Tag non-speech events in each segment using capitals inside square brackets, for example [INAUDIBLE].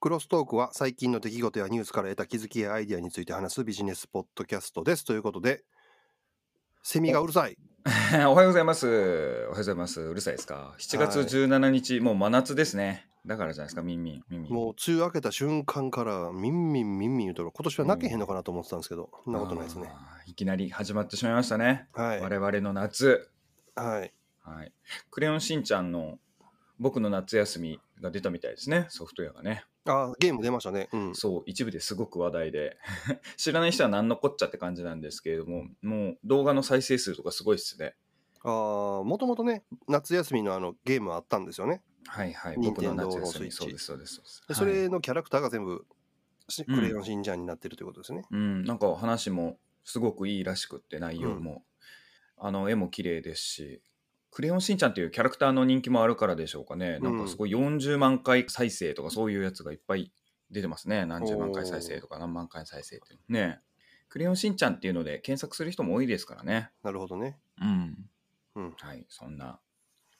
クロストークは最近の出来事やニュースから得た気づきやアイディアについて話すビジネスポッドキャストです。ということで、セミがうるさい。 [LAUGHS] おはようございます。おはようございます。うるさいですか ?7 月はい17日、もう真夏ですね。だからじゃないですか、ミンミン。ミンミンもう梅雨明けた瞬間から、みんみんみんみん言うとる、今年はなけへんのかなと思ってたんですけど、そんなことないですね。あーいきなり始まってしまいましたね。はい。我々の夏。はい。はい。クレヨンしんちゃんの僕の夏休みが出たみたいですね、ソフトウェアがね。あ、ゲーム出ましたね。うん。そう、一部ですごく話題で。 [LAUGHS] 知らない人は何のこっちゃって感じなんですけれども、もう動画の再生数とかすごいっすね。あもともとね、夏休みのあのゲームあったんですよね。はいはい、任僕天の堂の夏休み。スイそッチうです、そうです。そうですではいそれのキャラクターが全部、しうんクレヨンしんちゃんになってるということですね。うん、なんか話もすごくいいらしくって内容も、あの絵も綺麗ですし「クレヨンしんちゃん」っていうキャラクターの人気もあるからでしょうかね、なんかすごい40万回再生とかそういうやつがいっぱい出てますね何十万回再生とか何万回再生っていうねクレヨンしんちゃんっていうので検索する人も多いですからねなるほどね。うん、うんはいそんな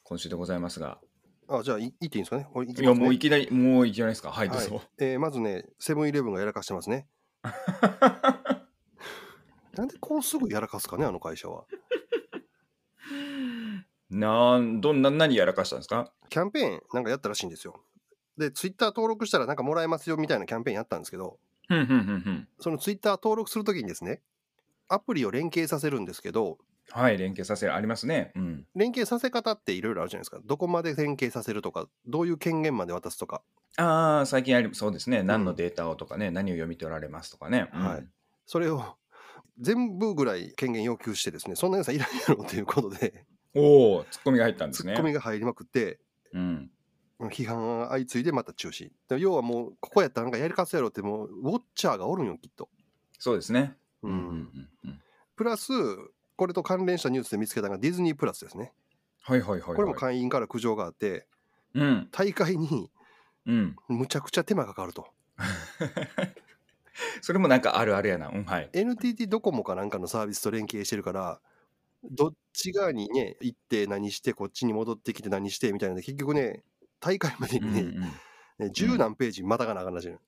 今週でございますがあ、じゃあ、いいっていいんですかね。俺行きいまやすねもういきなりもういきなりですかはいどうぞ、えーまずね、セブンイレブンがやらかしてますね。なんでこうすぐやらかすかね、あの会社は。 [LAUGHS] なんどんな何やらかしたんですかキャンペーンなんかやったらしいんですよ。で、ツイッター登録したらなんかもらえますよみたいなキャンペーンやったんですけど、ふんふんふんふんそのツイッター登録するときにですね、アプリを連携させるんですけど、はい、連携させる、ありますね。うん。連携させ方っていろいろあるじゃないですか。どこまで連携させるとか、どういう権限まで渡すとか、ああ、最近あり、そうですね。何のデータをとかね、何を読み取られますとかね。うんはい。それを [LAUGHS] 全部ぐらい権限要求してですね、そんなやつはいらんやろということで、おお、ツッコミが入ったんですツね。ッコミが入りまくって、うん。批判が相次いでまた中止で要はもうここやったらなんかやりかすやろってもうウォッチャーがおるんよきっと、そうですね。うんうんうんうん。プラスこれと関連したニュースで見つけたのがディズニープラスですねはいはいはい、はい。これも会員から苦情があってうん。大会に [LAUGHS] うん。むちゃくちゃ手間かかるとそれもなんかあるあるやな。うん、はい。 NTT ドコモかなんかのサービスと連携してるからどっち側にね行って何してこっちに戻ってきて何してみたいなので結局ね大会までうんにね、ね十何ページまたがなあかんらしいの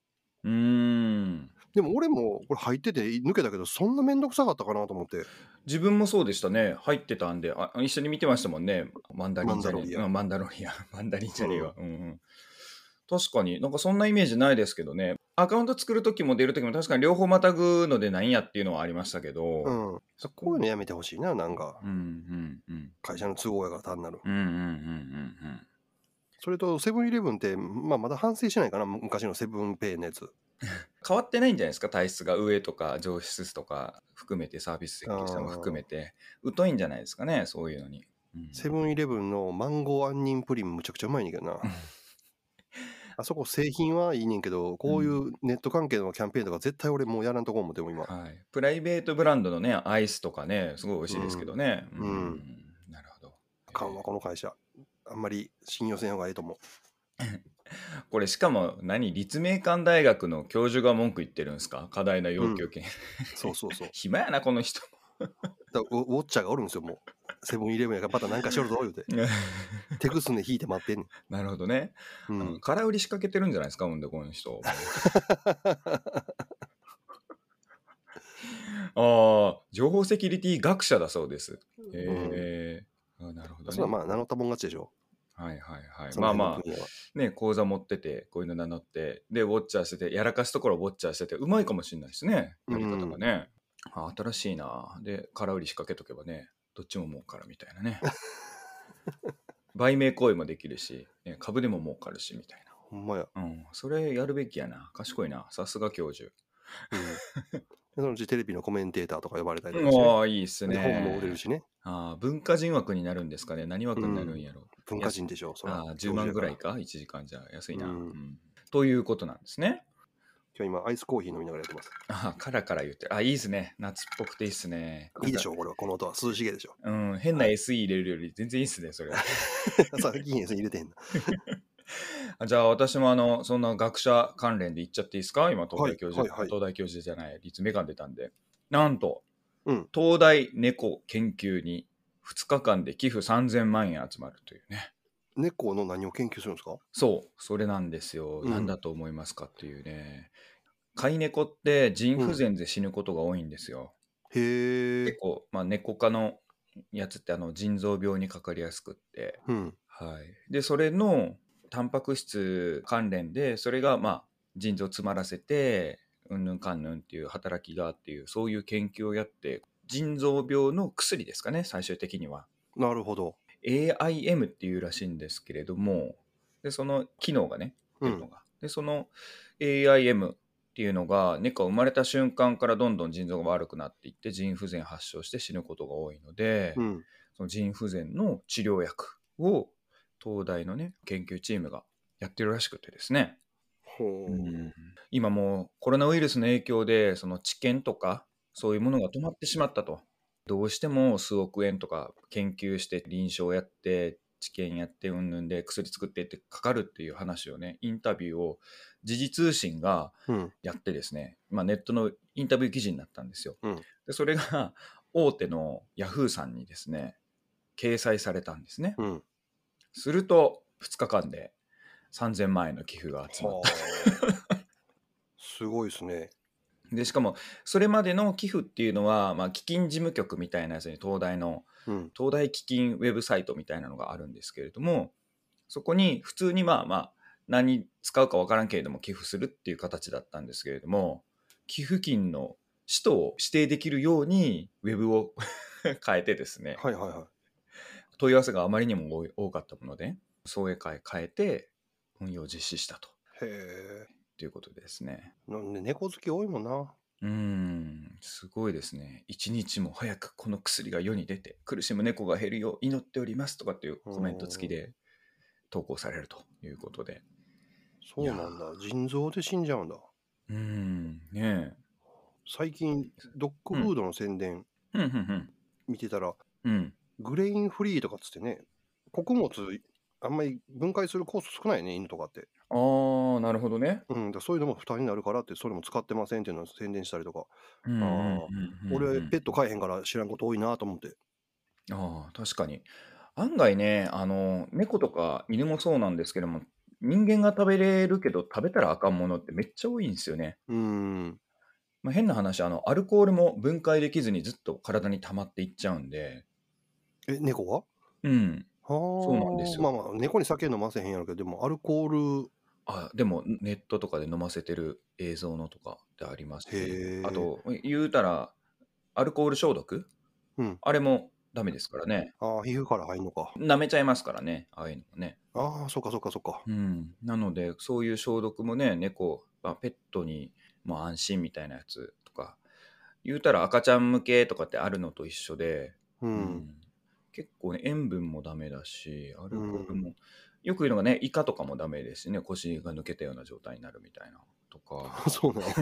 うん、うん。でも俺もこれ入ってて抜けたけどそんな面倒くさかったかなと思って自分もそうでしたね。入ってたんで、あ一緒に見てましたもんね。マンダリンじゃマンねダロリえアうんマンダロリア。 [LAUGHS] マンダリンじゃねえわ。うんうん確かに、なんかそんなイメージないですけどね。アカウント作るときも出るときも確かに両方またぐのでなんやっていうのはありましたけど。うんそこういうね。のやめてほしいな、なんかうんうんうん。会社の都合やから単なる。うんうんうんうんうん。それとセブンイレブンって、まあ、まだ反省してないかな、昔のセブンペイのやつ。変わってないんじゃないですか体質が上とか上質とか含めてサービス設計したのも含めて疎いんじゃないですかねそういうのに、うんセブンイレブンのマンゴー杏仁プリンむちゃくちゃうまいねんけどな。 [LAUGHS] あそこ製品はいいねんけど、こういうネット関係のキャンペーンとか絶対俺もうやらんとこ思っても今。はい、プライベートブランドのねアイスとかねすごい美味しいですけどね、うんうんなるほどあかんわ、この会社。あんまり信用せん方がいいと思う。これしかも何立命館大学の教授が文句言ってるんですか過大な要求権、そうそうそう。 [LAUGHS] 暇やなこの人 [LAUGHS] だからウォウォッチャーがおるんですよ、もう。セブンイレブンやからまた何かしよるぞ、言う [LAUGHS] て。手ぐすね引いて待ってんねなるほどね、ん。うあのん。空売り仕掛けてるんじゃないですかほんでこ [LAUGHS] の人ああ情報セキュリティ学者だそうですへえ、あなるほど、ね、それはまあ名乗ったもん勝ちでしょ。はいはいはいそまのあ辺のまあ国はね、講座持ってて、こういうの名乗って、で、ウォッチャーしてて、やらかすところをウォッチャーしてて、うまいかもしれないですね、やり方がね。あ新しいな。で、空売り仕掛けとけばね、どっちも儲かるみたい [LAUGHS] なね。売名行為もできるし、ね、株でも儲かるしみたいほんまや。な。うん、それやるべきやな。賢いな。さすが教授。うんそのうちテレビのコメンテーターとか呼ばれたりとかしてねああ、いいっすでね。本も売れるしね。あー文化人枠になるんですかね。何枠になるんやろう。文化人でしょ、そらあー10万ぐらい。か、1時間じゃ安いな、うんうんということなんですね。今日今、アイスコーヒー飲みながらやってます。あカラカラ言ってる。あ、いいですね。夏っぽくていいですね。いいでしょう、これは。この音は涼しげでし [LAUGHS] ょ。うん、変な SE 入れるより全然いいっすね、それは。最近入れてへんな。あじゃあ、私もあの、そんな学者関連で言っちゃっていいですか今、東大教授、はいはいはい東大教授じゃない、立命館出たんで。なんと、うん東大猫研究に2日間で寄付3000万円集まるというね。猫の何を研究するんですかそう、それなんですよ。うん何だと思いますかっていうね。飼い猫って腎不全で死ぬことが多いんですよ。へえ結。構、まあ、猫科のやつってあの腎臓病にかかりやすくって、うん。はい、でそれのタンパク質関連でそれが、まあ、腎臓を詰まらせてうんぬんかんぬんっていう働きがっていうそういう研究をやって腎臓病の薬ですかね最終的にはなるほど。 AIM っていうらしいんですけれどもでその機能がねうっていうんの。がでその AIM っていうのが猫が生まれた瞬間からどんどん腎臓が悪くなっていって腎不全発症して死ぬことが多いので、うん。その腎不全の治療薬を東大のね研究チームがやってるらしくてですね、ほう。今もうコロナウイルスの影響でその治験とかそういうものが止まってしまったとどうしても数億円とか研究して臨床やって治験やってうんぬんで薬作ってってかかるっていう話をねインタビューを時事通信がうん。やってですね、まあ、ネットのインタビュー記事になったんですよ、うんでそれが大手のヤフーさんにですね掲載されたんですね、うん。すると2日間で3000万円の寄付が集まったは [LAUGHS] あ。すごいですね。でしかもそれまでの寄付っていうのは、まあ、基金事務局みたいなやつに東大のうん。東大基金ウェブサイトみたいなのがあるんですけれどもそこに普通にまあまあ何に使うか分からんけれども寄付するっていう形だったんですけれども寄付金の使途を指定できるようにウェブを [LAUGHS] 変えてですねはいはいはい。問い合わせがあまりにも多い多かったもので創営会変えて運用を実施したとへえ。ということでですねなんで猫好き多いもんな。うーん、すごいですね。一日も早くこの薬が世に出て、苦しむ猫が減るよう祈っておりますとかっていうコメント付きで投稿されるということで。そうなんだ。腎臓で死んじゃうんだ。うーん、ね最近、ドッグフードの宣伝え。うん、うん、見てたら、うん。うん。グレインフリーとかっつってね、穀物、あんまり分解する酵素少ないね、犬とかって。あー、なるほどね。うん、だからそういうのも負担になるからって、それも使ってませんっていうのを宣伝したりとか、うんあーうんうん俺、ペット飼えへんから知らんこと多いなと思って。ああ、確かに。案外ね、あの、猫とか犬もそうなんですけども、人間が食べれるけど食べたらあかんものってめっちゃ多いんですよね。うん、まあ、変な話あのアルコールも分解できずにずっと体に溜まっていっちゃうんでえ、猫はうんそうなんですよまあまあ、猫に酒飲ませへんやろうけど、でもアルコール、あでもネットとかで飲ませてる映像のとかってありますへしーあと言うたらアルコール消毒、うんあれもダメですからねああ、皮膚から入んのか。舐めちゃいますからねああいうのもねああ、そっかそっかそっか。うんなのでそういう消毒もね猫、まあ、ペットにも安心みたいなやつとか言うたら赤ちゃん向けとかってあるのと一緒でう。うんん結構ね塩分もダメだしアルコールうんも、よく言うのがねイカとかもダメですしね腰が抜けたような状態になるみたいなと [LAUGHS] かそうなんや。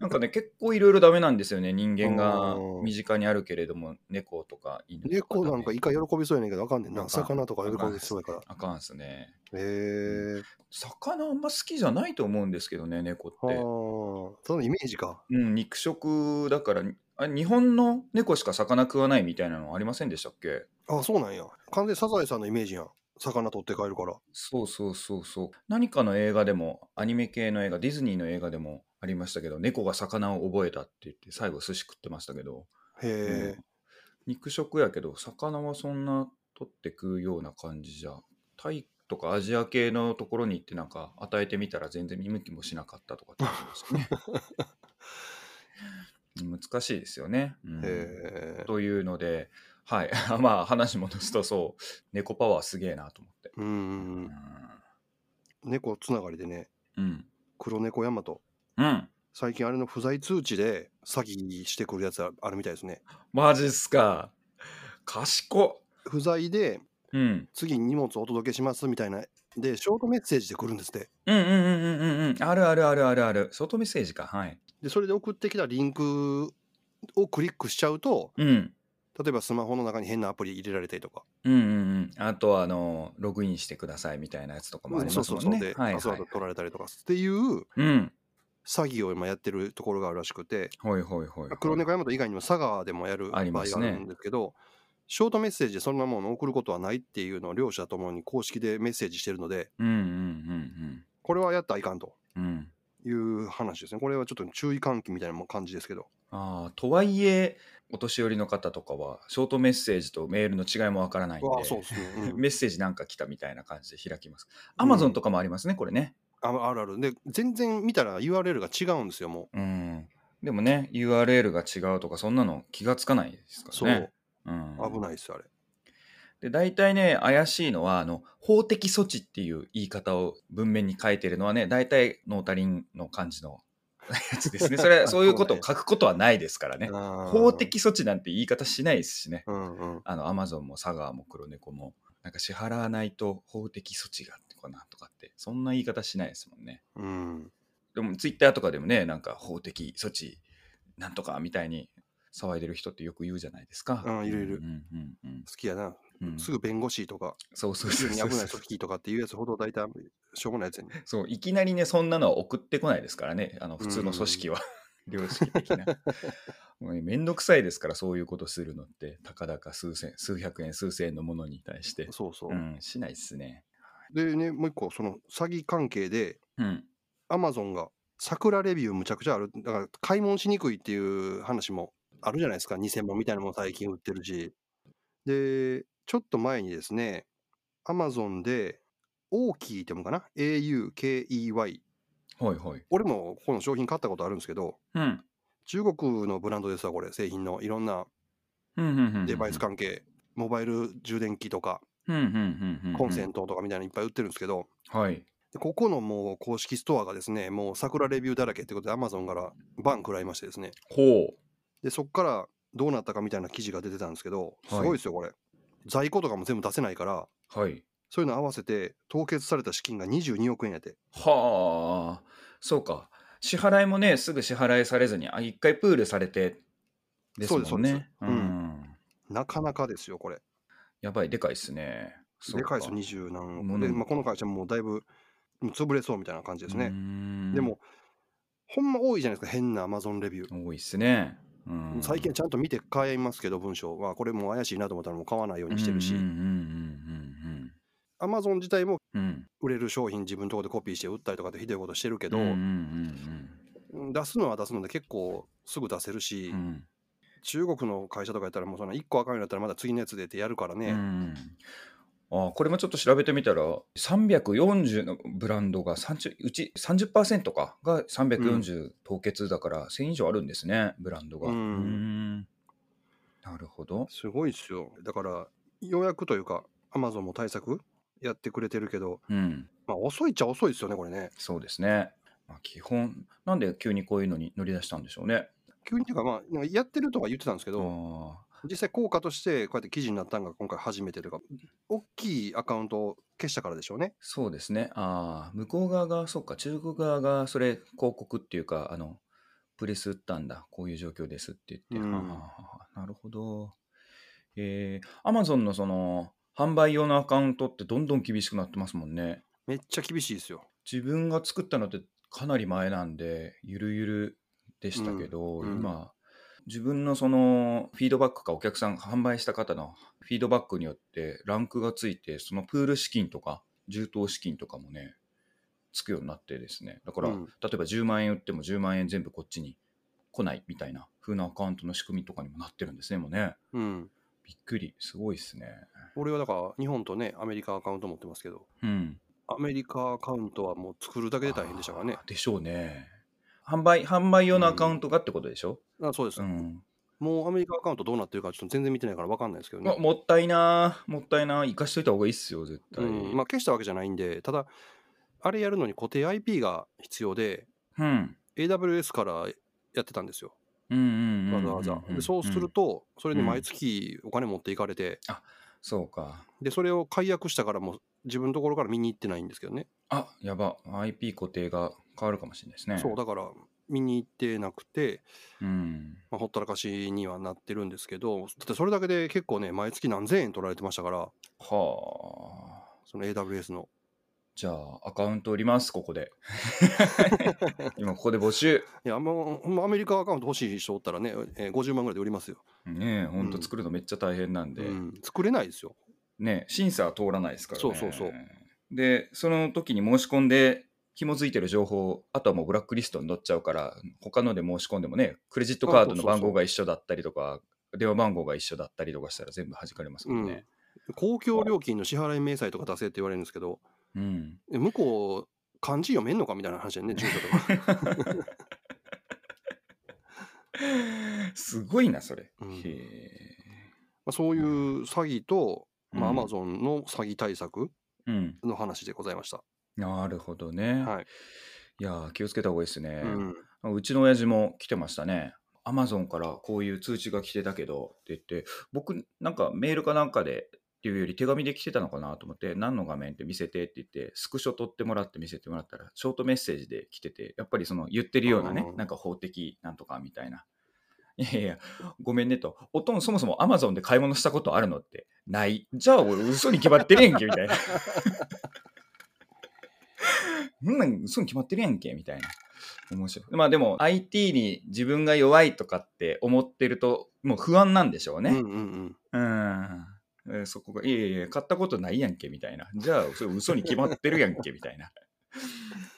なんかね結構いろいろダメなんですよね人間がうん身近にあるけれども猫とか犬とか猫なんかイカ喜ろびそうやねんけど、あかんねんなな。んか魚とか喜びそうやから。あかんっすねへえ。魚あんま好きじゃないと思うんですけどね猫ああって、、そのイメージか。うん、肉食だからあ日本の猫しか魚食わないみたいなのありませんでしたっけあそうなんや。完全にサザエさんのイメージやん。魚取って帰るから。そうそうそうそう。何かの映画でも、アニメ系の映画、ディズニーの映画でもありましたけど、猫が魚を覚えたって言って、最後寿司食ってましたけど、へえう。ん肉食やけど、魚はそんな取って食うような感じじゃ、タイとかアジア系のところに行ってなんか与えてみたら全然見向きもしなかったとかってこ [LAUGHS] とですね。難しいですよね。うんへえ。というので、はい。 [LAUGHS] まあ話戻すとそう、猫パワーすげえなと思って。う。うん猫つながりでね、うん。黒猫ヤマト。うん。最近あれの不在通知で詐欺してくるやつあるみたいですね。マジっすか。賢っ。不在でうん。次に荷物をお届けしますみたいな。で、ショートメッセージで来るんですって。うんうんうんうんうんうん。あるあるあるあるある。外メッセージか。はい。で、それで送ってきたリンクをクリックしちゃうと、うん。例えばスマホの中に変なアプリ入れられたりとか。うんうんうん。あとは、あの、ログインしてくださいみたいなやつとかもありそまうすそもうんそう。ね。で、はいパスワはーいド。取られたりとかっていううん。詐欺を今やってるところがあるらしくて。ほいほいほいほい。黒猫山と以外にも佐賀でもやるあ場合りがあますねるんですけどショートメッセージでそんなものを送ることはないっていうのを両者ともに公式でメッセージしてるので、うんうんこれはやったらいかんとうんうんうんいう話ですね。これはちょっと注意喚起みたいなもん感じですけど。ああとはいえお年寄りの方とかはショートメッセージとメールの違いもわからないんでああ、そうですね。 [LAUGHS] うんメッセージなんか来たみたいな感じで開きますうアんマゾンとかもありますねこれねああるある。で、全然見たら URL が違うんですよ、もうんでもね URL が違うとかそんなの気がつかないですう。からそう、ねうん、危ないです、あれ。で大体ね怪しいのはあの法的措置っていう言い方を文面に書いてるのはね大体ノータリンの感じの [LAUGHS] やつですねそ [LAUGHS] れはそういうことを書くことはないですからね法法。的措置なんて言い方しないですしねうんうん。あのアマゾンも佐川も黒猫もなんか支払わないと法的措置がとかなとかってそんな言い方しないですもんねうん。でもツイッターとかでもねなんか法的措置なんとかみたいに騒いでる人ってよく言うじゃないですかうんいるいるうんうんうん好きやな。うんうんすぐ弁護士とか、そうそうすそうぐにそう危ない時とかっていうやつほど大体、しょうもないやつやね。 [LAUGHS] そういきなりねそんなのは送ってこないですからねあの普通の組織は [LAUGHS] 良識的なもうねめんどくさいですからそういうことするのってたかだか数千数百円数千円のものに対してそうそうう。んしないっすねでね、もう一個、その詐欺関係で、うんアマゾンが桜レビューむちゃくちゃある。だから、買い物しにくいっていう話もあるじゃないですか。偽物みたいなもの最近売ってるし。で、ちょっと前にですね、アマゾンで、オーキーって読むかな ?AUKEY。はいはい俺もこの商品買ったことあるんですけど、うん中国のブランドですわ、これ。製品のいろんなうんうんうんうんデバイス関係、モバイル充電器とか、うんうんうんうんうんコンセントとかみたいなのいっぱい売ってるんですけど、はいでここのもう公式ストアがですね、もう桜レビューだらけってことで、アマゾンからバン食らいましてですね、ほで、そこからどうなったかみたいな記事が出てたんですけど、すごいですよ、これ。在庫とかも全部出せないから、うはいそういうの合わせて、凍結された資金が22億円やて。はあそうか支払いもねすぐ支払いされずにあ一回プールされてですもんねそうですそうですう、うんんなかなかですよ、これ。やばいでかいっすねそうでかいですよ、20何も億。ので、まあ、この会社ももうだいぶもう潰れそうみたいな感じですうね。ーんでも、ほんま多いじゃないですか、変なアマゾンレビュー。多いっすね、うん、最近はちゃんと見て買いますけど、文章は、これもう怪しいなと思ったらもう買わないようにしてるしうん、アマゾン自体もうんうんうんうんうん売れる商品自分のところでコピーして売ったりとかってひどいことしてるけど、うんうんうん出すのは出すので結構すぐ出せるし、うんうん中国の会社とかやったらもうその1個赤いのだったらまだ次のやつでってやるからね、うんあこれもちょっと調べてみたら340のブランドが30うち30%かが340凍結だから1000以上あるんですねブランドが。うんんなるほど。すごいですよだからようやくというかアマゾンも対策やってくれてるけどうんまあ遅いっちゃ遅いですよねこれねそうですね。まあ、基本なんで急にこういうのに乗り出したんでしょうね。急にっていうかまあなんかやってるとは言ってたんですけあど、実際効果としてこうやって記事になったのが今回初めてというか大きいアカウントを消したからでしょうねそうですね。ああ、向こう側が、そうか、中国側が、それ、広告っていうか、あの、プレス打ったんだ、こういう状況ですって言って、うんはあはあはあなるほど。えー、Amazon のその、販売用のアカウントってどんどん厳しくなってますもんね。めっちゃ厳しいですよ自分が作ったのってかなり前なんで、ゆるゆるでしたけど、うんうん今、自分のそのフィードバックかお客さん販売した方のフィードバックによってランクがついてそのプール資金とか充当資金とかもねつくようになってですねだから、うん例えば10万円売っても10万円全部こっちに来ないみたいな風なアカウントの仕組みとかにもなってるんですねもうねうんびっくりすごいですね俺はだから日本とねアメリカアカウント持ってますけどうんアメリカアカウントはもう作るだけで大変でしたからねあーでしょうね販売販売用のアカウントがってことでしょ、あそうです、うんもうアメリカアカウントどうなってるかちょっと全然見てないから分かんないですけどまね、もったいなーもったいなー生かしといた方がいいっすよ絶対、うんまあ、消したわけじゃないんでただあれやるのに固定 IP が必要でうん、 AWS からやってたんですようんうんうんうんわうんざわざ、でそうすると、それに毎月お金持っていかれて、そうかでそれを解約したからもう自分のところから見に行ってないんですけどね、あやば IP 固定が変わるかもしれないですねそうだから見に行ってなくて、うんまあ、ほったらかしにはなってるんですけどだってそれだけで結構ね毎月何千円取られてましたからはあその AWS のじゃあ、アカウント売ります、ここ [LAUGHS] で。今、ここで募集。いや、もう、ほんまアメリカアカウント欲しい人おったらね、えー50万ぐらいで売りますよ。ねえ、ほんうとん作るのめっちゃ大変なんで、うん、作れないですよ。ねえ、審査は通らないですからね。そうそうそう。で、その時に申し込んで、紐づいてる情報、あとはもうブラックリストに載っちゃうから、他ので申し込んでもね、クレジットカードあそうそうのそう番号が一緒だったりとか、電話番号が一緒だったりとかしたら全部弾かれますもんね。公共料金の支払い明細とか出せって言われるんですけど、うん。え向こう、漢字読めんのかみたいな話やね、住所 [LAUGHS] とか。すごいな、それ。うんへえ。まあ、そういう詐欺と、まあ、アうんマゾンの詐欺対策うん。の話でございました。なるほどね。はい。いやー、気をつけた方がいいですねう。ん。うちの親父も来てましたね。アマゾンからこういう通知が来てたけどって言って、僕、なんかメールかなんかでっていうより手紙で来てたのかなと思って、何の画面って見せてって言って、スクショ撮ってもらって見せてもらったら、ショートメッセージで来てて、やっぱりその言ってるようなねう、んなんか法的なんとかみたいな。いやいや、ごめんねと。おとん、そもそもアマゾンで買い物したことあるのってない。じゃあ、俺、嘘に決まってるやんけ、みた [LAUGHS] いな。そんなん、嘘に決まってるやんけ、みたいな。面白い。まあでも、IT に自分が弱いとかって思ってると、もう不安なんでしょううんね。うんうん。うん。えーそこが、いやいやいや、買ったことないやんけ、みたいな。じゃあ、それ嘘に決まってるやんけ、みたいな。 [LAUGHS]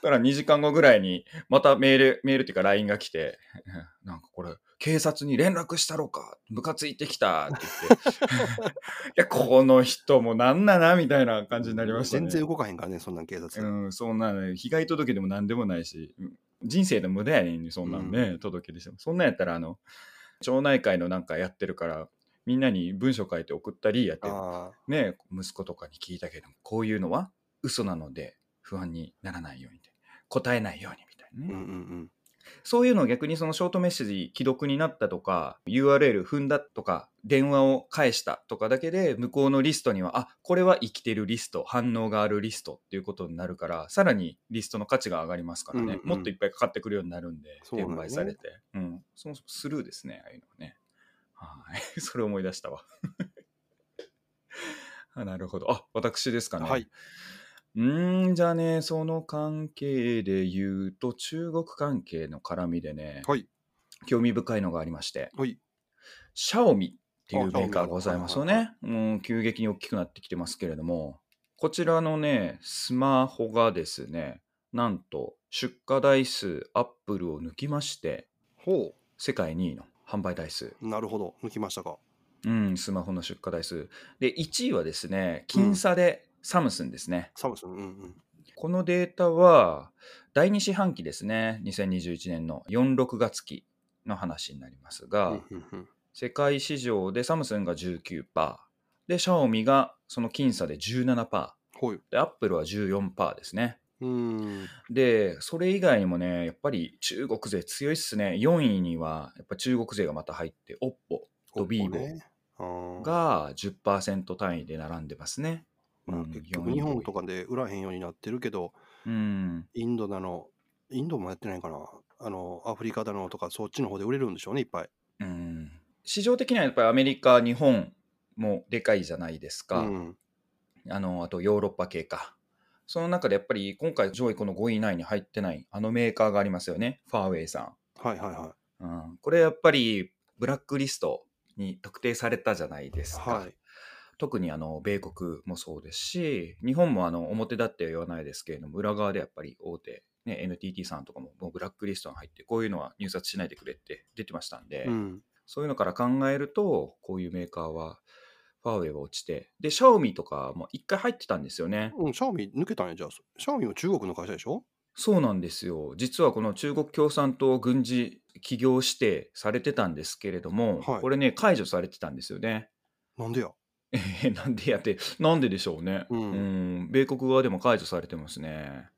たら2時間後ぐらいに、またメール、メールっていうか LINE が来て、 [LAUGHS] なんかこれ、警察に連絡したろか、ムカついてきたって言って、 [LAUGHS] いや、この人もなんなな、みたいな感じになりましたね。全然動かへんからね、そんなん警察。うん、そんなの被害届でも何でもないし、うん人生の無駄やねんに、そんなんね、届けでしても。そんなんやったら、あの、町内会のなんかやってるから、みんなに文章書いて送ったりやってる、ああ。ね、息子とかに聞いたけども、こういうのは嘘なので不安にならないようにって、答えないようにみたいなね。うんうんうん。そういうのを逆にそのショートメッセージ既読になったとか URL 踏んだとか電話を返したとかだけで向こうのリストにはあこれは生きてるリスト反応があるリストっていうことになるからさらにリストの価値が上がりますからね、うんうんもっといっぱいかかってくるようになるんでそうなんだ転ね売されてうん、そもそもスルーですねああいうのはねはい [LAUGHS] それ思い出したわあなるほどあ私ですかねはい。うーん、じゃあね、その関係で言うと、中国関係の絡みでね、はい。興味深いのがありまして、はい。シャオミっていうメーカーがございますよあね。もう急激に大きくなってきてますけれども、こちらのね、スマホがですね、なんと出荷台数アップルを抜きまして、ほ世界2位の販売台数。う。なるほど。抜きましたか。うん、スマホの出荷台数。で、1位はですね、僅差でサムスンですね。サムスン。うんこのデータは、第2四半期ですね、2021年の4、6月期の話になりますうが、ん。うんうんうん世界市場でサムスンが19%、で、シャオミがその僅差で17%、ほい。で、アップルは14%ですね。うーん。で、それ以外にもね、やっぱり中国勢強いっすね。4位には、やっぱ中国勢がまた入って、オッポとビーボボが、が10%単位で並んでますね。まあ、うん結局日本と。 4かで売らへんようになってるけど、位うん。インドなの、インドもやってないかな。あの、アフリカだのとか、そっちの方で売れるんでしょうね、いっぱい。うん市場的にはやっぱりアメリカ、日本もでかいじゃないですうか、ん。あのあとヨーロッパ系か。その中でやっぱり今回上位この5位以内に入ってないあのメーカーがありますよね、ファーウェイさはいはいはん。うん、これやっぱりブラックリストに特定されたじゃないですい。か。はい。特にあの米国もそうですし、日本もあの表だっては言わないですけれども、裏側でやっぱり大手、ね、NTT さんとかももうブラックリストに入って、こういうのは入札しないでくれって出てましたんで。うん。そういうのから考えると、こういうメーカーは、ファーウェイが落ちて、で、シャオミとかも一回入ってたんですよね。うん、シャオミ抜けたんや、じゃあ。シャオミも中国の会社でしょそうなんですよ。実はこの中国共産党軍事企業指定されてたんですけれども、はいこれね、解除されてたんですよね。 [LAUGHS] なんでや。えへへなんでやって、なんででしょうね。うんん米国側でも解除されてますね。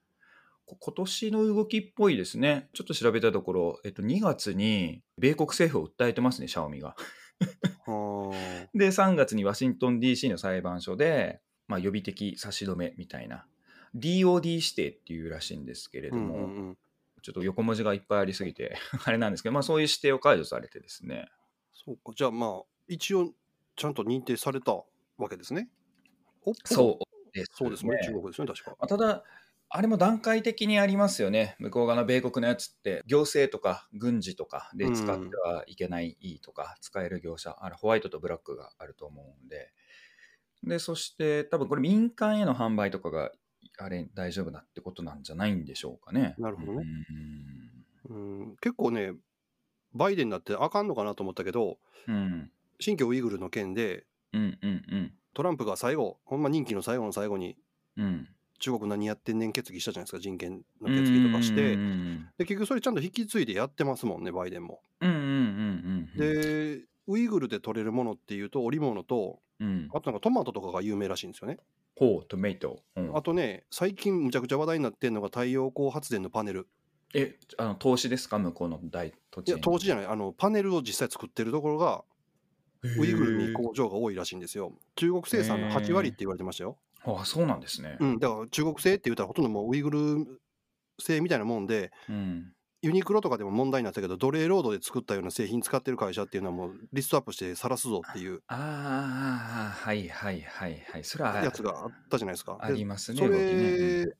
こ今年の動きっぽいですね。ちょっと調べたところ、えっと、2月に米国政府を訴えてますね、シャオミが。 [LAUGHS] あーで、3月にワシントン DC の裁判所で、まあ、予備的差し止めみたいな、DOD 指定っていうらしいんですけれうどんも、うんうん。ちょっと横文字がいっぱいありすぎて、 [LAUGHS] あれなんですけど、まあ、そういう指定を解除されてですね、そうか。じゃあまあ、一応、ちゃんと認定されたわけですね。そう、ですねそうですね、中国ですね、確か。まあただ、あれも段階的にありますよね。向こう側の米国のやつって、行政とか軍事とかで使ってはいけないとか、使える業者、あれホワイトとブラックがあると思うんで、で、そして多分これ民間への販売とかが、あれ大丈夫だってことなんじゃないんでしょうかね。なるほどねうん。うん、結構ね、バイデンだってあかんのかなと思ったけど、うん。新疆ウイグルの件で、うんうんうん。トランプが最後、ほんま任期の最後の最後に、うん。中国何やってんねん決議したじゃないですか、人権の決議とかして、うんうんで結局それちゃんと引き継いでやってますもんね、バイデンも。うんうんうん。、で、ウイグルで取れるものっていうと、織物と、うん、あとなんかトマトとかが有名らしいんですよね。ほう、トメイト。うんあとね、最近むちゃくちゃ話題になってんのが太陽光発電のパネル。え、あの投資ですか向こうの大土い地や、投資じゃない。ない、あの、パネルを実際作ってるところが、ウイグルに工場が多いらしいんですよ。中国生産の8割って言われてましたよ。ああ、そうなんですね。うん、だから中国製って言ったらほとんどもうウイグル製みたいなもんで、うん。ユニクロとかでも問題になったけど、奴隷労働で作ったような製品使ってる会社っていうのはもうリストアップして晒すぞっていうああああ、はいはいはいはい。それはやつがあったじゃないですか。あでりますね。そ動きねれ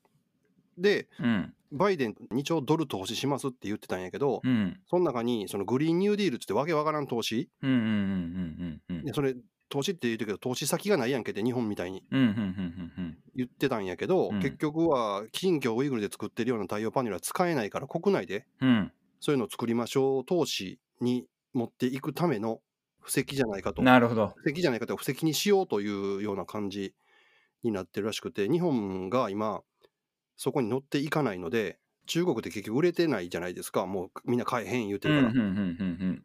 で、うん。バイデン2兆ドル投資しますって言ってたんやけど、うん。その中にそのグリーンニューディールって言ってわけわからん投資、うんうんうんうんうんうん。でそれ投資って言うてるけど、投資先がないやんけって日本みたいにうんうんうんうんうん。言ってたんやけど、うん結局は新疆ウイグルで作ってるような太陽パネルは使えないから国内でうんそういうのを作りましょう投資に持っていくための布石じゃないかと。なるほど。布石じゃないかと布石にしようというような感じになってるらしくて、日本が今、そこに乗っていかないので、中国って結局売れてないじゃないですか、もうみんな買えへん言うてうんるうかんら、うんうん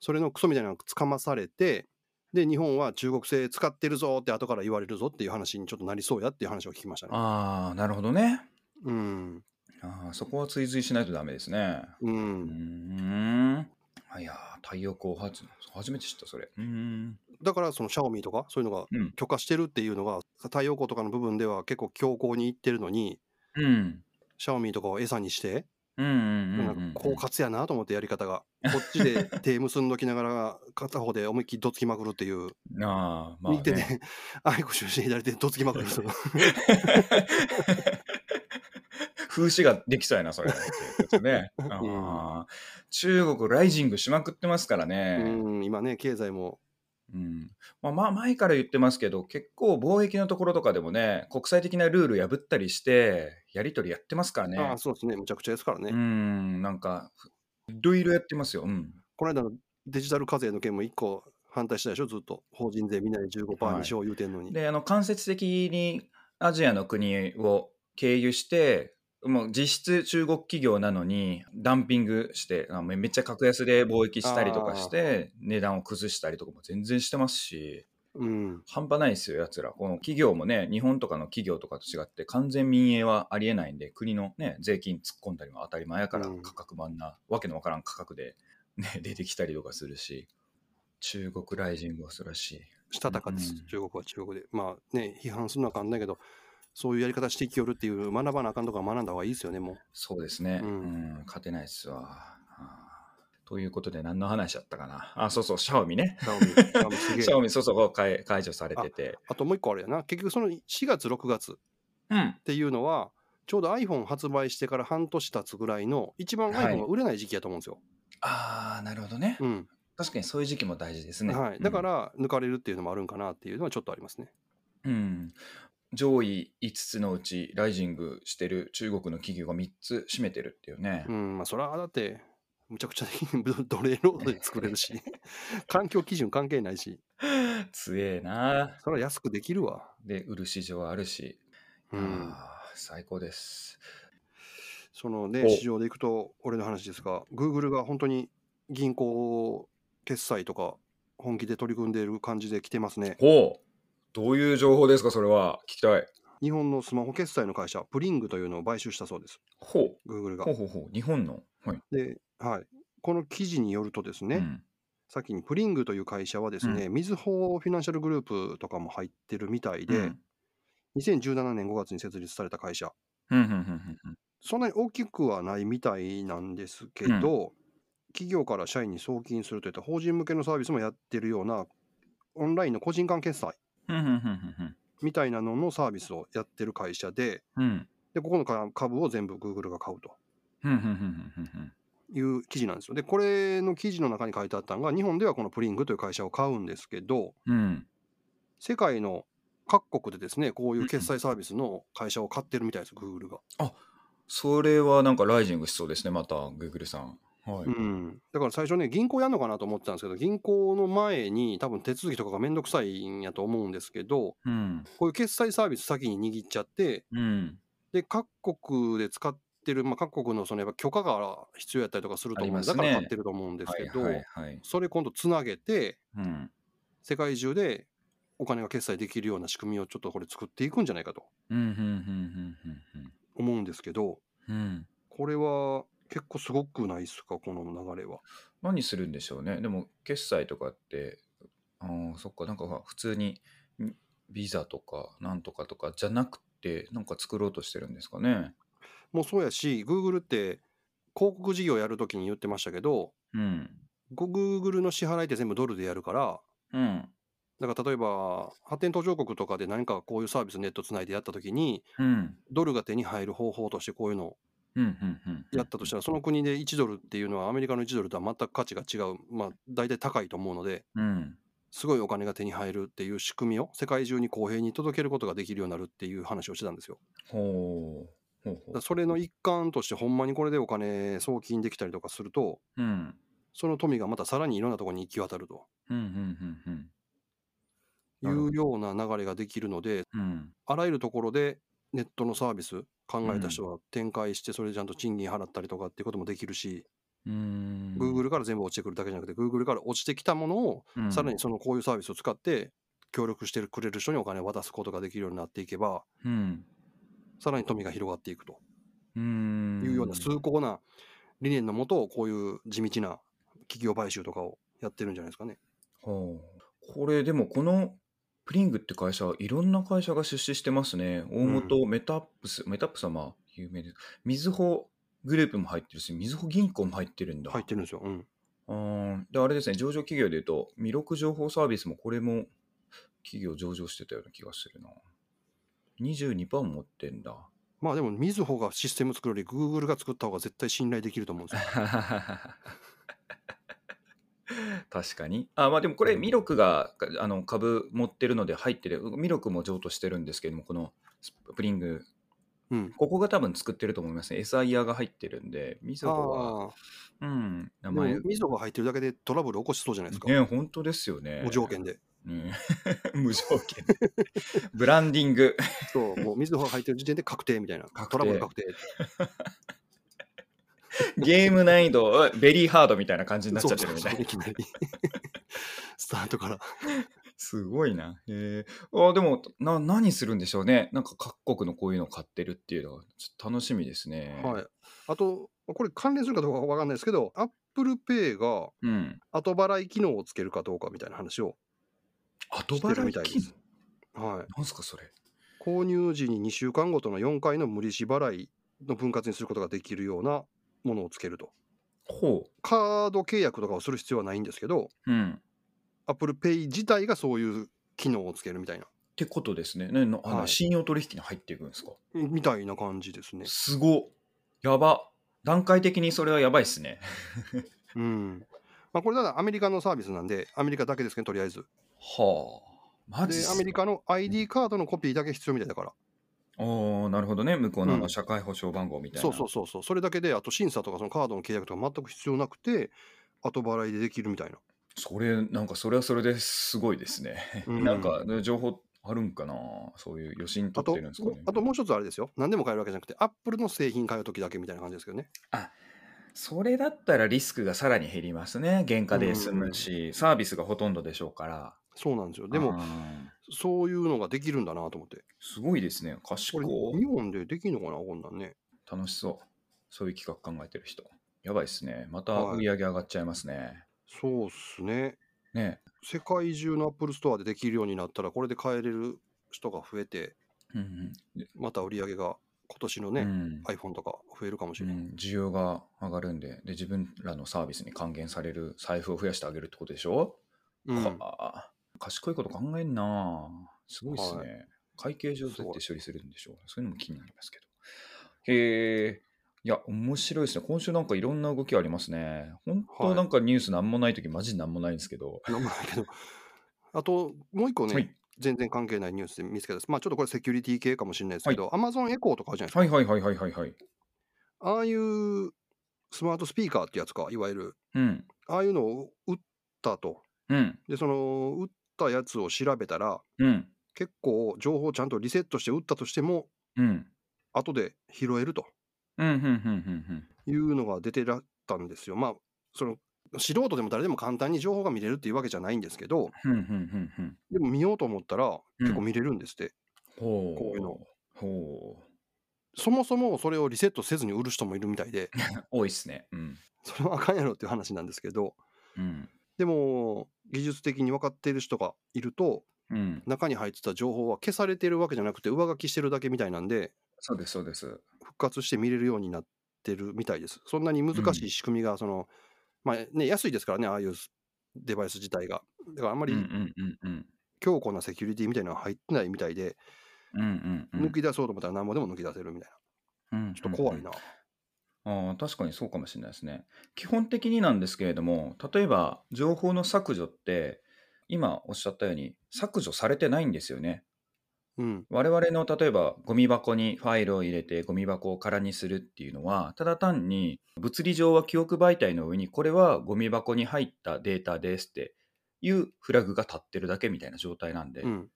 それのクソみたいなのつかまされて、で、日本は中国製使ってるぞって後から言われるぞっていう話にちょっとなりそうやっていう話を聞きましたうん。ね。ああ、なるほどね。うん。ああ、そこは追随しないとダメですね。ううーん。ん。あいやー、太陽光発電、初めて知った、それ。うーん。だから、そのシャオミとか、そういうのがうん許可してるっていうのが、太陽光とかの部分では結構強硬にいってるのに、うん。シャオミとかを餌にして、うんうんうんなうんんかうん。狡猾やなと思ってやり方が、こっち [LAUGHS] で手結んどきながら片方で思いっきりどつきまくるっていう、ああ、まあ、ね。右手で愛子中心左手でどつきまくるっていう風刺ができそう [LAUGHS] やな、それ。ですね。あー中国、ライジングしまくってますからうね。ん今ね経済もうんまあ、まあ、前から言ってますけど、結構貿易のところとかでもね、国際的なルール破ったりして、やり取りやってますからね。ああそうですねむちゃくちゃですからね、うん、なんか、いろいろやってますよ。うん。この間のデジタル課税の件も1個反対したでしょずっと法人税みんなで15%にしよう言うてんのに、であの間接的にアジアの国を経由してもう実質中国企業なのにダンピングしてあめめっちゃ格安で貿易したりとかして値段を崩したりとかも全然してますしうん半端ないですよやつらこの企業もね日本とかの企業とかと違って完全民営はありえないんで国の、ね、税金突っ込んだりも当たり前やからうん価格もあんな、わけのわからん価格で、ね、出てきたりとかするし中国ライジング恐ろしい。したたかです、うん中国は中国でまあね批判するのはあかんないけどそういうやり方してきよるっていう学ばなあかんとか学んだ方がいいですよねもうそうですね。ううんん、勝てないっすわ。あーということで、何の話だったかな。あ、そうそう、シャオミね。 [LAUGHS] シャオミシャオミすげえシャオミ、そうそう、解解除されてて。あともう一個あれやな結局その4月6月うんっ。ていうのはちょうど iPhone 発売してから半年経つぐらいの一番はい iPhone が売れない時期やと思うんですよ。ああ、なるほどね。うん確かにそういう時期も大事ですね。はい、だから抜かれるっていうのもあるんかなっていうのはちょっとありますね。うん、うん上位5つのうち、ライジングしてる中国の企業が3つ占めてるっていうね。うんまあ、それはだってむちゃくちゃ的に奴奴隷ロードで [LAUGHS] 作れる [LAUGHS] し環境基準関係ないし強えな。それは安くできるわ。で、売る市場あるし。うん、あー最高です。そのおね市場でいくと俺の話ですが Google が本当に銀行決済とか本気で取り組んでいる感じで来てますね。ほう。どういう情報ですか、それは。聞きたい。日本のスマホ決済の会社、プリングというのを買収したそうです、ほう。 Google がほう。ほうほう、日本の。はい。で、はい、この記事によるとですね、うん先にプリングという会社はですね、みずほフィナンシャルグループとかも入ってるみたいで、うん2017年5月に設立された会社、うんうんうんうんそんなに大きくはないみたいなんですけど、企業から社員に送金するといった法人向けのサービスもやってるような、オンラインの個人間決済うんうんうんうんみたいなののサービスをやってる会社で、うん。で、ここのか株を全部 Google が買うとふんふんふんふんふんいう記事なんですよ。で、これの記事の中に書いてあったのが、日本ではこのプリングという会社を買うんですけど、ふんうん。世界の各国でですね、こういう決済サービスの会社を買ってるみたいです、Google が。それはなんかライジングしそうですね、また、Google さん。はい。うん、だから最初ね、銀行やんのかなと思ってたんですけど、銀行の前に多分手続きとかがめんどくさいんやと思うんですけど、うん。こういう決済サービス先に握っちゃって、うん。で、各国で使ってる、まあ、各国のそのやっぱ許可が必要やったりとかすると思うんでだありかますねら買ってると思うんですはけいど、はいはい。それ今度つなげて、うん。世界中でお金が決済できるような仕組みをちょっとこれ作っていくんじゃないかとうん。うん。うん。うん。思うんですけど、うん。うん。これは結構すごくないですか、この流れは。何するんでしょうね。でも、決済とかって、ああ、そっか、なんか普通に、んビザとか、なんとかとかじゃなくて、なんか作ろうとしてるんですかね。もうそうやし、Google って広告事業やるときに言ってましたけど、うん。ご Google の支払いって全部ドルでやるから、うん。だから例えば、発展途上国とかで何かこういうサービスネットつないでやったときに、うん。ドルが手に入る方法としてこういうのをうん。うん。うん。やったとしたら、その国で1ドルっていうのはアメリカの1ドルとは全く価値が違う、まあ大体高いと思うので、うん。すごいお金が手に入るっていう仕組みを世界中に公平に届けることができるようになるっていう話をしてたんですよ。ほう。ほうだほかうら。それの一環として、ほんまにこれでお金送金できたりとかすると、うん。その富がまたさらにいろんなところに行き渡るとうん。うん。うん。いなるほうどような流れができるので、うん。うん。あらゆるところでネットのサービス考えた人は展開して、それでちゃんと賃金払ったりとかっていうこともできるし、うーん Google から全部落ちてくるだけじゃなくて、Google から落ちてきたものを、うんさらにそのこういうサービスを使って、協力してくれる人にお金を渡すことができるようになっていけば、うんさらに富が広がっていくとうーんいうような崇高な理念のもと、こういう地道な企業買収とかをやってるんじゃないですかね。ほうこれでもこのプリングって会社はいろんな会社が出資してますね大本、メタップスメタップスはまあ有名ですみずほグループも入ってるしみずほ銀行も入ってるんだ入ってるんですよ。うん。うーんであれですね上場企業でいうと魅力情報サービスもこれも企業上場してたような気がするな22%も持ってんだまあでも、みずほがシステム作るより、グーグルが作った方が絶対信頼できると [LAUGHS] 思うんです [LAUGHS] よ。確かに。あまあでもこれ、ミロクがかあの株持ってるので入ってる、ミロクも譲渡してるんですけども、このスプリング、うん。ここが多分作ってると思いますね。SIR が入ってるんで、みずほは、あうん、名あ、でも前、みずほが入ってるだけでトラブル起こしそうじゃないですか。ね、本当ですよね。無条件で。ね。 [LAUGHS] 無条件。ブランディング。そう、もうみずほが入ってる時点で確定みたいな。確定トラブル確定。ゲーム難易度、ベリーハードみたいな感じになっちゃってるみたいなそう。そうそういきなり [LAUGHS] スタートから。すごいな。へえ。あでもな、何するんでしょうね。なんか各国のこういうのを買ってるっていうのがちょっと楽しみですね。はい。あと、これ関連するかどうかわかんないですけど、Apple Pay がうん。後払い機能をつけるかどうかみたいな話を、後してる払みいたいです金はい。なんすかそれ。購入時に2週間ごとの4回の無利子払いの分割にすることができるようなものをつけると。ほカード契約とかをする必要はないんですけど、う。うん。っ Apple Pay 自体がそういう機能をつけるみたいな、てことですね。ねのあのはい信用取引に入っていくんですか。みたいな感じですね。すご。やば。段階的にそれはやばいっすね。うん。まあ、これただアメリカのサービスなんで、アメリカだけですね、とりあえず。はあ。マジっで、すかアメリカの ID カードのコピーだけ必要みたいだから。おーなるほどね。向こうのあうのん社会保障番号みたいな。そうそうそうそう。それだけで、あと審査とかそのカードの契約とか全く必要なくて、後払いでできるみたいな。それなんかそれはそれですごいですね。うんなんかね情報あるんかなそういう余震あ取っとてるんですかね。あともう一つあれですよ。何でも買えるわけじゃなくて、Apple の製品買うときだけみたいな感じですけどね。それだったらリスクがさらに減りますね。原価で済むし、サービスがほとんどでしょうから。そうなんですよ。でも、うんそういうのができるんだなと思って。すごいですね。こ賢れ、い日。本でできるのかな、こんなんね。楽しそう。そういう企画考えてる人。やばいですね。またはい売り上げ上がっちゃいますね。そうっすね。ね。世界中の Apple ストアでできるようになったら、これで買えれる人が増えて、うんまた売り上げが今年のうね、ん。うん。 iPhone とか増えるかもしうれない。ん需要が上がるんでで、自分らのサービスに還元される財布を増やしてあげるってことでしょうんはあ賢いこと考えんなすごいっすね、は会計上どうやって処理するんでしょうそういうのも気になりますけど。へえ。いや、面白いですね。今週なんかいろんな動きありますね。本は当いなんかニュースなんもないとき、マジなんもないんですけど。なんもないけど。あと、もう一個ね、はい全然関係ないニュースで見つけたんです。まあ、ちょっとこれセキュリティ系かもしれないですけど、Amazon エコーとかあるじゃないですか。はいはいはいはいはいはい。ああいうスマートスピーカーってやつか、いわゆる。うん。ああいうのを売ったと。うん。で、その、売ったやつを調べたら、うん。結構情報をちゃんとリセットして打ったとしても、うん。後で拾えるとうん。うん。うん。うん。いうのが出てらったんですよ。まあ、その素人でも誰でも簡単に情報が見れるっていうわけじゃないんですけど、うん。うん。うん。うん。でも見ようと思ったらうん結構見れるんですって。ほう。こういうのほう。そもそもそれをリセットせずに売る人もいるみたいで、 [LAUGHS] 多いっすね。うん。それはあかんやろっていう話なんですけど、うん。でも技術的に分かっている人がいると、うん。中に入ってた情報は消されてるわけじゃなくて上書きしてるだけみたいなんで、そうです、そうです。復活して見れるようになってるみたいです。そんなに難しい仕組みが、その、まあね、安いですからね、ああいうデバイス自体が。だからあんまうん。りうん。うん。うん。強固なセキュリティみたいなのは入ってないみたいで、うん。うん。抜き出そうと思ったら何もでも抜き出せるみたいうん。な。ちょっと怖いな。ああ確かにそうかもしれないですね。基本的になんですけれども、例えば情報の削除って、今おっしゃったように削除されてないんですよね。うん。我々の例えばゴミ箱にファイルを入れてゴミ箱を空にするっていうのは、ただ単に物理上は記憶媒体の上にこれはゴミ箱に入ったデータですっていうフラグが立ってるだけみたいな状態なんで、うん。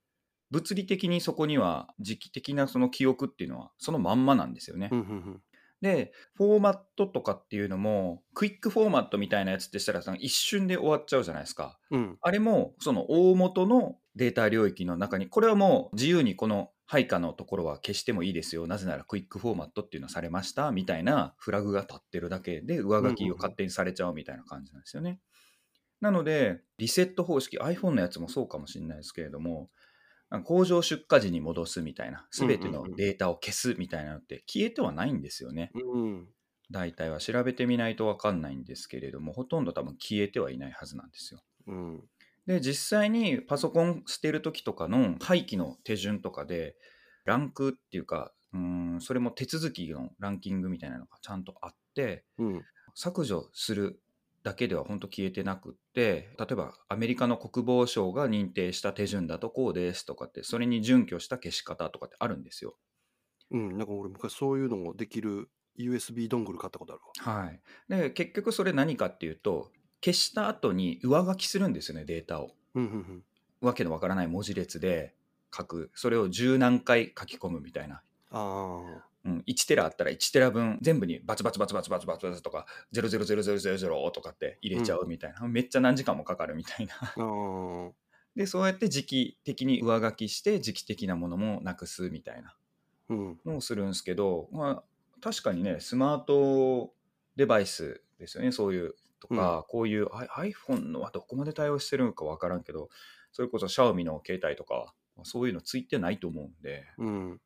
物理的にそこには時期的なその記憶っていうのはそのまんまなんですよね。うん。うん。で、フォーマットとかっていうのも、クイックフォーマットみたいなやつってしたら、その一瞬で終わっちゃうじゃないですか。うん。あれも、その大元のデータ領域の中に、これはもう自由にこの配下のところは消してもいいですよ。なぜならクイックフォーマットっていうのはされましたみたいなフラグが立ってるだけで、上書きを勝手にされちゃうみたいな感じなんですよね。なので、リセット方式、iPhone のやつもそうかもしれないですけれども、なんか工場出荷時に戻すみたいな、すべてのデータを消すみたいなのって消えてはないんですよね。うん。大体は調べてみないと分かんないんですけれどもほとんど多分消えてはいないはずなんですよ。うん。で実際にパソコン捨てる時とかの廃棄の手順とかでランクっていうかうーんそれも手続きのランキングみたいなのがちゃんとあってうん。削除するだけでは本当消えてなくって例えばアメリカの国防省が認定した手順だとこうですとかってそれに準拠した消し方とかってあるんですよ。うん。なんか俺昔そういうのもできる USB ドングル買ったことあるわ。はい、で結局それ何かっていうと消した後に上書きするんですよねデータを。うん。うん。わけのわからない文字列で書くそれを十何回書き込むみたいな。ああ。うん、1テラあったら1テラ分全部にバツバツバツバツバツバツバツとか0000000とかって入れちゃうみたいな、めっちゃ何時間もかかるみたいなああ。でそうやって時期的に上書きして時期的なものもなくすみたいなうん。のをするんですけど、まあ、確かにねスマートデバイスですよねそういうとか、こういうあ iPhone のはどこまで対応してるのか分からんけどそれこそ Xiaomi の携帯とかそういうのついてないと思うんでうん。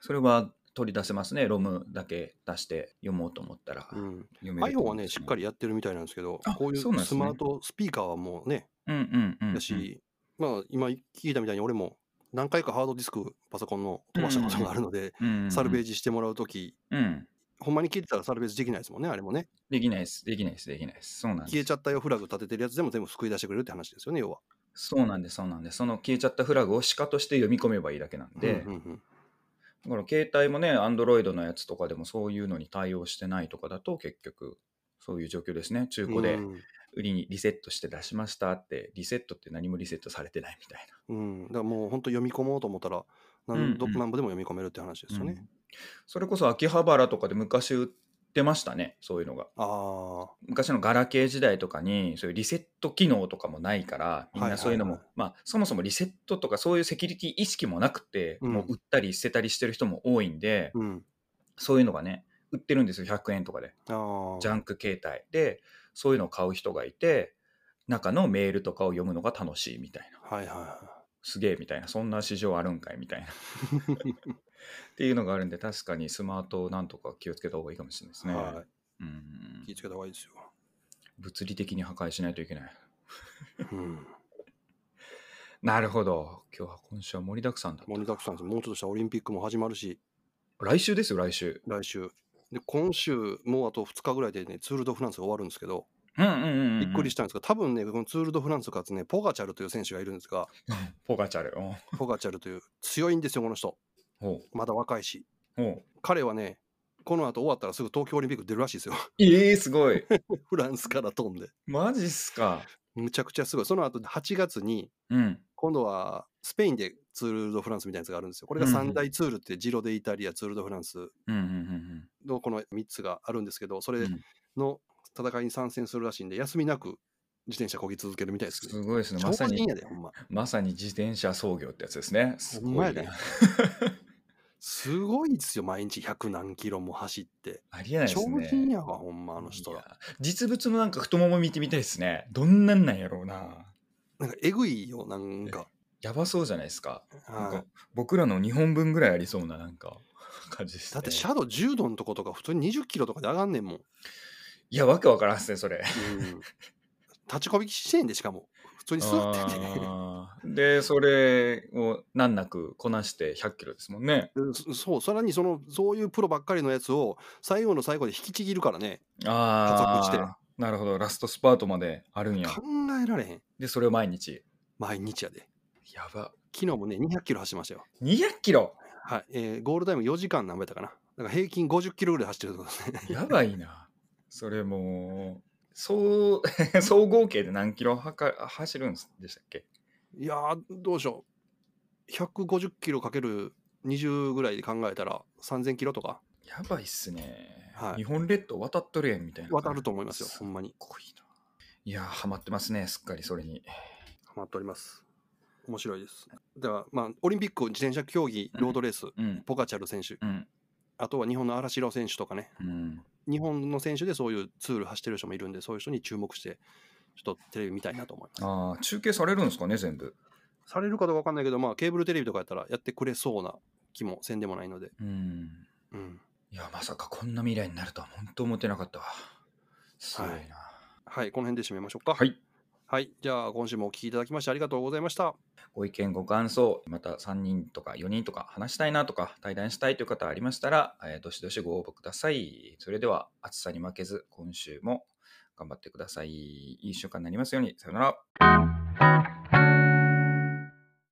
それは取り出せますね ROM だけ出して読もうと思ったら、うん。読めると iPhone 思はうんでね、すしよっかりやってるみたいなんですけどあ、こういそうなんうですスねマートスピーカーはもうね、うんうんうんうんだし、まあ今聞いたみたいに俺も何回かハードディスクパソコンの飛ばしたことがあるので、うんうんうんサルベージしてもらうとき、うんほんまに消えてたらサルベージできないですもんね、あれもね。できないですできないですできないですそうなんです消えちゃったよフラグ立ててるやつでも全部救い出してくれるって話ですよね、要は。そうなんですそうなんですその消えちゃったフラグを鹿として読み込めばいいだけなんで、うんうんだから携帯もね、アンドロイドのやつとかでもそういうのに対応してないとかだと結局そういう状況ですね。中うん古でうん売りにリセットして出しましたって、リセットって何もリセットされてないみたいうん、だからもう本当読み込もうと思ったら何度、うんうん何部でも読み込めるって話ですな。よね。うんそれこそ秋葉原とかで昔売ってましたね、そういうのが。ああ、昔のガラケー時代とかにそういうリセット機能とかもないから、みんなそういうのも、はいはまあそもそもリセットとかそういうセキュリティ意識もなくて、うんもう売ったり捨てたりしてる人も多いんで、うん。そういうのがね、売ってるんですよ、100円とかで。ああ。ジャンク携帯でそういうのを買う人がいて中のメールとかを読むのが楽しいみたいなはいはいはすげえみたいなそんな市場あるんかいみたいなっていうのがあるんで確かにスマートをなんとか気をつけた方がいいかもしれないですい。ね、はうんい。気をつけた方がいいですよ。物理的に破壊しないといけないうん。なるほど。今日は今週は盛りだくさんだった盛りだくさんです。もうちょっとしたらオリンピックも始まるし、来週ですよ、来週。来週。で、今週、もうあと2日ぐらいでね、ツール・ド・フランスが終わるんですけど、うんうんうん、うん。。びっくりしたたんですが、多分ね、このツール・ド・フランスかつね、ポガチャルという選手がいるんですが、ポガチャル。うんポガチャルという、強いんですよ、この人。ほまだ若いし。う。ほう。彼はね、この後終わったらすぐ東京オリンピック出るらしいですよ。 [LAUGHS] ええすごい。フランスから飛んで。マジっすか。むちゃくちゃすごい。その後8月に、うん。今度はスペインでツール・ド・フランスみたいなやつがあるんですよ。これがうんうん三大ツールって、ジロ・デ・イタリア、ツール・ド・フランスうんうんうんのこの3つがあるんですけど、そうんれうん。の戦いに参戦するらしいんで、休みなく自転車こぎ続けるみたいですね。すごいですね。超まさ個人にや、で、ほんま。まさに自転車操業ってやつですね。すほんまごやいでね。すごいですよ、毎日100何キロも走って。ありえないで超すね。人やわ、ほんま、あの人いやら。実物のなんか太もも見てみたいですね。どんなんなんやろうな。なんか、えぐいよ、なんか。やばそうじゃないですか。なんはかい僕らの2本分ぐらいありそうななんか [LAUGHS] 感じです、ね。だって、シャドウ10度のとことか、普通に20キロとかで上がんねんもん。うんいや、わけわからんっすね、それ。立ちこびしてんで、しかも。普通に座ってて、ね。あーで、それを難なくこなして100キロですもんね。うんそそう、さらにその、そういうプロばっかりのやつを、最後の最後で引きちぎるからね、加あ速しあ、なるほど。ラストスパートまであるんや。考えられへん。で、それを毎日。毎日やで。やば。昨日もね、200キロ走りましたよ。 200キロはい、えーゴールタイム4時間何倍だったかな。だから平均50キロぐらい走ってるってことですね。 [LAUGHS] やばいな。それもう、そう総合計で何キロはか走るんでしたっけいやー、どうしよう。150キロかける20ぐらいで考えたら3000キロとかやばいっすね。はい日本列島渡っとるやんみたいな。渡ると思いますよ、すほんまに。ごいな。いやー、ハマってますね、すっかりそれに。ハマっております。面白いです。では、まあ、オリンピック自転車競技、ロードレース、うん。ポカチャル選手、うん。あとは日本の荒城選手とかね、うん。日本の選手でそういうツール走ってる人もいるんで、そういう人に注目して、ちょっとテレビ見たいなと思います。ああ、中継されるんですかね、全部。されるかどうかわかんないけど、まあ、ケーブルテレビとかやったらやってくれそうな気もせんでもないので、うん。うん。いや、まさかこんな未来になるとは、本当思ってなかったわ。すごいな。はい、この辺で締めましょうか。はい。はい、じゃあ今週もお聞きいただきましてありがとうございました。ご意見、ご感想、また3人とか4人とか話したいなとか、対談したいという方ありましたら、えーどしどしご応募ください。それでは、暑さに負けず、今週も頑張ってください。いい週間になりますように。さよなら。